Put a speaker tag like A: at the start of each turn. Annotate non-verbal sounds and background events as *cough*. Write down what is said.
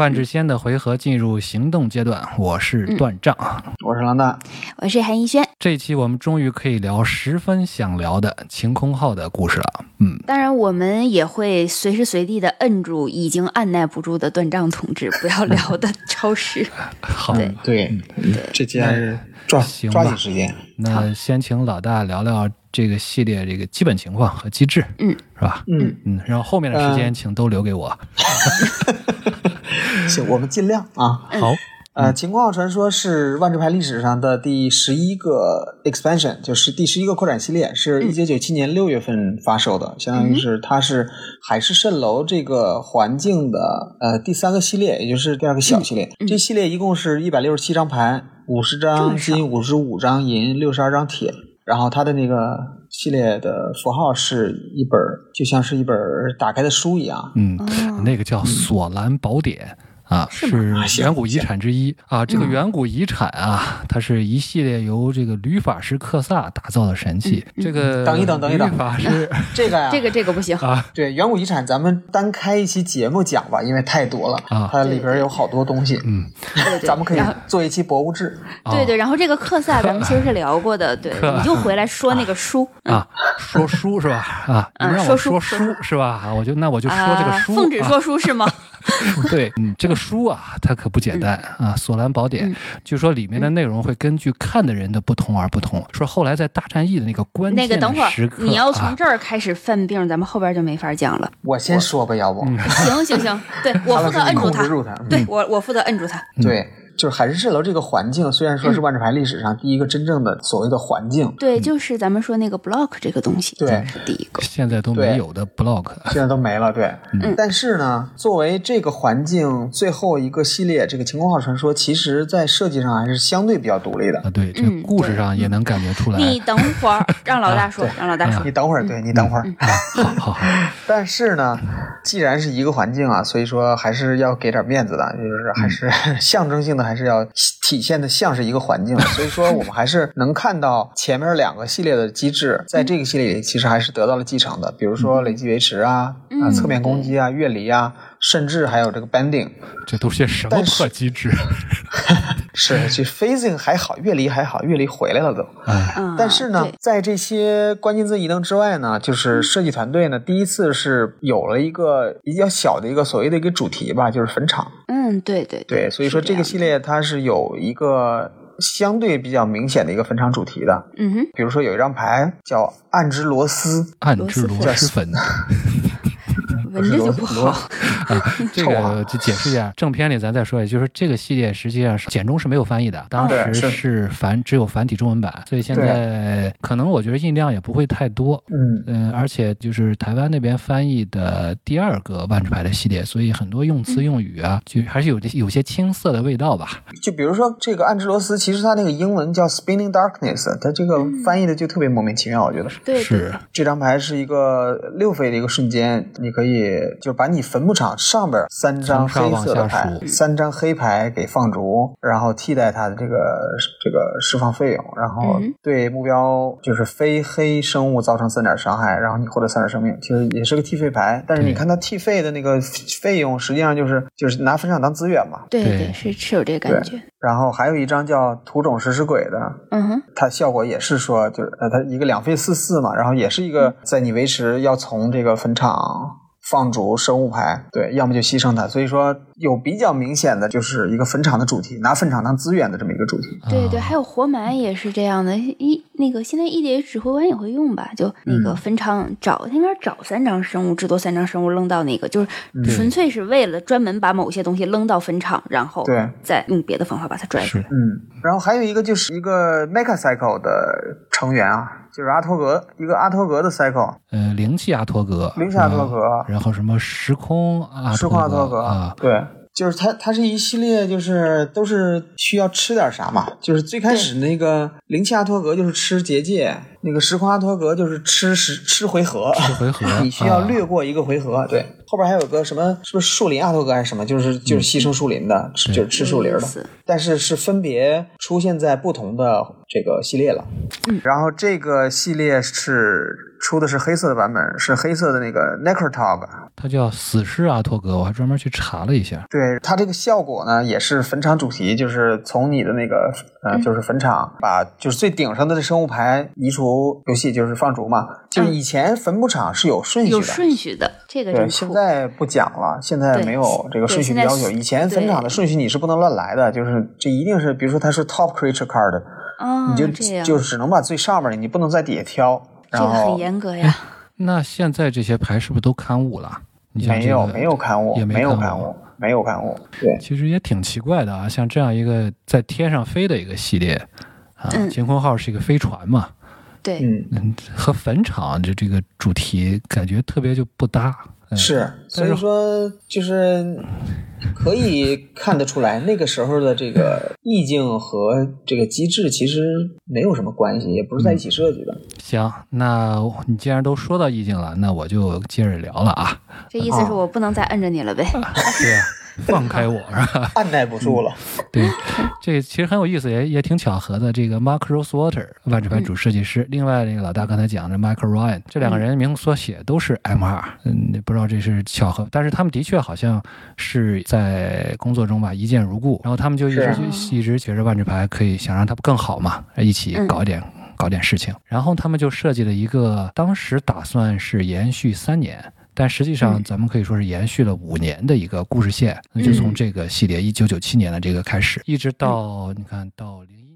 A: 万智仙的回合进入行动阶段，我是断杖。
B: 我是狼大，
C: 我是韩逸轩。
A: 这一期我们终于可以聊十分想聊的晴空号的故事了。嗯，
C: 当然，我们也会随时随地的摁住已经按耐不住的断杖同志，不要聊的超时。
A: 好，
C: 对
B: 对，这期还是抓
A: 嗯行吧
B: 抓紧时间，
A: 那先请老大聊聊这个系列这个基本情况和机制，
C: 嗯，
A: 是吧？
B: 嗯，
A: 嗯，然后后面的时
B: 呃
A: 间请都留给我。
B: 行，我们尽量啊。
C: 嗯
A: 好，
B: 呃，情况传说是万智牌历史上的第十一个 expansion，就是第十一个扩展系列，是
C: 嗯
B: 一九九七年六月份发售的，相当于是它是海市蜃楼这个环境的呃第三个系列，也就是第二个
C: 嗯
B: 小系列。这系列一共是一百六十七张牌，五十
C: 这
B: 张
C: 么少
B: 金，五十五张银，六十二张铁。然后它的那个系列的符号是一本，就像是一本打开的书一样，
A: 嗯，
C: 哦
A: 那个叫《索兰宝典》啊，是
B: 吗
A: 远古遗产之一啊。这个远古遗产啊，它是一系列由这个旅法师克萨打造的神器。这个
B: 等一等等一等
A: 旅法师
B: 这个呀、
C: 这个这个不行，
A: 啊，
B: 对远古遗产，咱们单开一期节目讲吧，因为太多了，
A: 啊
B: 它里边有好多东西，嗯，
C: 对对
B: 咱们可以
C: 然后
B: 做一期博物志。
A: 啊哦
C: 对对，然后这个克萨咱们其实是聊过的，对，
A: 克
C: 你就回来说那个书
A: 啊，说书是吧？啊，你
C: 嗯
A: 让我
C: 说书
A: 说
C: 说
A: 书是吧？啊，我就那我就说这个书。
C: 奉旨
A: 啊
C: 说书是吗？
A: *laughs* 对，嗯，这个书啊，它可不
C: 嗯
A: 简单啊，《索兰宝典》据说里面的内容会根据看的人的不同而不同。说后来在大战役的那个关
C: 那
A: 键
C: 个等会
A: 的
C: 儿
A: 时刻，
C: 你要从
A: 啊
C: 这儿开始犯病，咱们后边就没法讲了。
B: 我嗯先说吧，要不、
C: 行行行，对我
B: 他
C: 负责
B: 们给
C: 摁
B: 你控
C: 住
B: 制
C: 他，
B: 住它，嗯
C: 对我我负责摁住他。
B: 对，就是海市蜃楼这个环境，虽然说
C: 嗯
B: 是万智牌历史上第一个真正的所谓的环境，
C: 对，就是咱们说那个 block 这个东西，
B: 对
C: 是第一个。
A: 现在都没
B: 对
A: 有的 blog
B: 现在都没了，对。
C: 嗯
B: 但是呢，作为这个环境最后一个系列，这个晴空号传说，其实在设计上还是相对比较独立的。
A: 啊，对，这
C: 嗯
A: 故事
C: 对
A: 上也能感觉出来。
C: 你等会儿让老大说，让老大说
B: 你。等会儿，对你等
C: 嗯
B: 会儿。
A: 啊好好好，
B: 但是呢，既然是一个环境啊，所以说还是要给点面子的，就是还是、 *laughs* 象征性的，还是要体现的像是一个环境。所以说，我们还是能看到前面两个系列的机制，在这个系列里其实还是得到了继承的，比如说累积维持啊、啊
C: 嗯
B: 侧面攻击啊、越离啊，甚至还有这个 bending，
A: 这都些什么
B: 但是
A: 破机制？
B: 是这 phasing 还好，越离还好，越离回来了都。
A: 哎，
C: 嗯，
B: 但是呢
C: 对，嗯
B: 在这些关键字移能之外呢，就是设计团队呢，第一次是有了一个比较小的一个所谓的一个主题吧，就是坟场。
C: 嗯，对对
B: 对，所以说
C: 是
B: 这个
C: 样
B: 系列它是有一个相对比较明显的一个坟场主题的。
C: 嗯哼，
B: 比如说有一张牌叫暗之螺丝，
A: 暗之螺蛳粉，嗯
C: 闻着就不好。 *laughs*
A: *laughs* 这
B: 啊
A: 个就解释一下。正片里咱再说一下，就是这个系列实际上是简中是没有翻译的，当时
B: 对是
A: 是繁只有繁体中文版，所以现在可能我觉得印量也不会太多。
B: 嗯，
A: 嗯，而且就是台湾那边翻译的第二个万智牌的系列，所以很多用
C: 嗯
A: 词用语啊，就还是有有些青涩的味道吧。
B: 就比如说这个暗之螺丝，其实它那个英文叫 Spinning Darkness，它这个
C: 嗯
B: 翻译的就特别莫名其妙，我觉得。
C: 对，对
A: 是，
B: 这张牌是一个六费的一个瞬间，你可以就把你坟墓场上边三张黑
A: 从
B: 色的
A: 上往下
B: 牌
A: 数，
B: 三张黑牌给放逐，然后替代它的这个这个释放费用，然后
C: 嗯
B: 对目标就是非黑生物造成三点伤害，然后你获得三点生命，其实也是个替费牌，但是你看它替费的那个费用，实际上就是就是拿坟场当资源嘛。
C: 对
A: 对
C: 对，是是有这个感觉。
B: 然后还有一张叫土种食尸鬼的，
C: 嗯哼，
B: 它效果也是说，就是呃，它一个两费四四嘛，然后也是一个在你维持要从这个坟场放逐生物牌，对，要么就牺牲它。所以说有比较明显的就是一个坟场的主题，拿坟场当资源的这么一个主题。
C: 对对，
A: 啊
C: 还有活埋也是这样的。一那个现在 EDH 指挥官也会用吧？就那
A: 嗯
C: 个坟场找，应该是找三张生物，制作三张生物扔到那个，就是
A: 嗯
C: 纯粹是为了专门把某些东西扔到坟场，然后
B: 对
C: 再用别的方法把它拽出来。
A: 啊是
B: 嗯，然后还有一个就是一个 Mecha Cycle 的成员啊，就是阿托格，一个阿托格的 Cycle，
A: 呃，灵气阿托格，
B: 灵气阿托格
A: 啊然后什么时空阿
B: 施
A: 托
B: 空
A: 格
B: 阿托格，
A: 啊，
B: 对。就是它，它是一系列，就是都是需要吃点啥嘛。就是最开始那个灵气阿托格就是吃结界，那个时空阿托格就是吃时吃回合，
A: 吃回合
B: *laughs* 你需要
A: 啊
B: 略过一个回合。对，后边还有个什么，是不是树林阿啊托格还是什么？就是
A: 嗯
B: 就是牺牲树林的，吃就是吃树林
C: 有意
B: 的。
C: 思
B: 但是是分别出现在不同的这个系列了。
C: 嗯
B: 然后这个系列是出的是黑色的版本，是黑色的那个 Necrotog。
A: 它叫死尸阿托格，我还专门去查了一下。
B: 对它这个效果呢，也是坟场主题，就是从你的那个呃，
C: 嗯
B: 就是坟场，把就是最顶上的这生物牌移除游戏，就是放逐嘛。就是以前坟墓场是有顺序
C: 嗯
B: 的，
C: 有顺序的，这个真
B: 对，
C: 酷。
B: 现在不讲了，现在
C: 对
B: 没有这个顺序的
C: 对
B: 要
C: 现在
B: 求。
C: 是
B: 以前坟场的顺序你是不能乱来的，就是这一定是，比如说它是 top creature card，
C: 啊，
B: 你就
C: 这样，
B: 就只能把最上面的，你不能在底下挑。
C: 这
B: 然
C: 个很
B: 后
C: 严格呀。
A: 那现在这些牌是不是都刊物了？你像
B: 没
A: 这
B: 有
A: 个
B: 没有刊物
A: 也，没
B: 没有
A: 看
B: 刊
A: 过
B: 物，没有刊物。对，
A: 其实也挺奇怪的啊，像这样一个在天上飞的一个系列啊，
C: 嗯
A: 晴空号是一个飞船嘛，
C: 对，
B: 嗯。
A: 嗯，和坟场这这个主题感觉特别就不搭。嗯、
B: 是，所以说就是可以看得出来，那个时候的这个意境和这个机制其实没有什么关系，也不是在一起设计的。
A: 行，那你既然都说到意境了，那我就接着聊了啊。
C: 这意思是我不能再摁着你了呗？
A: 对啊，放开我是吧？
B: 按耐不住了，
A: *laughs* 对，这其实很有意思，也也挺巧合的。这个 Mark Rosewater 万智
C: 嗯
A: 牌主设计师，另外那个老大刚才讲的 Michael Ryan，这两个人名字缩写都是 MR，嗯，不知道这是巧合，但是他们的确好像是在工作中吧一见如故，然后他们就一直
C: 是
A: 一直觉着万智牌可以想让它更好嘛，一起
C: 啊嗯
A: 搞一点。搞点事情，然后他们就设计了一个，当时打算是延续三年，但实际上
C: 嗯
A: 咱们可以说是延续了五年的一个故事线，那就从
C: 嗯
A: 嗯这个系列一九九七年的这个开始，一直到你看到零一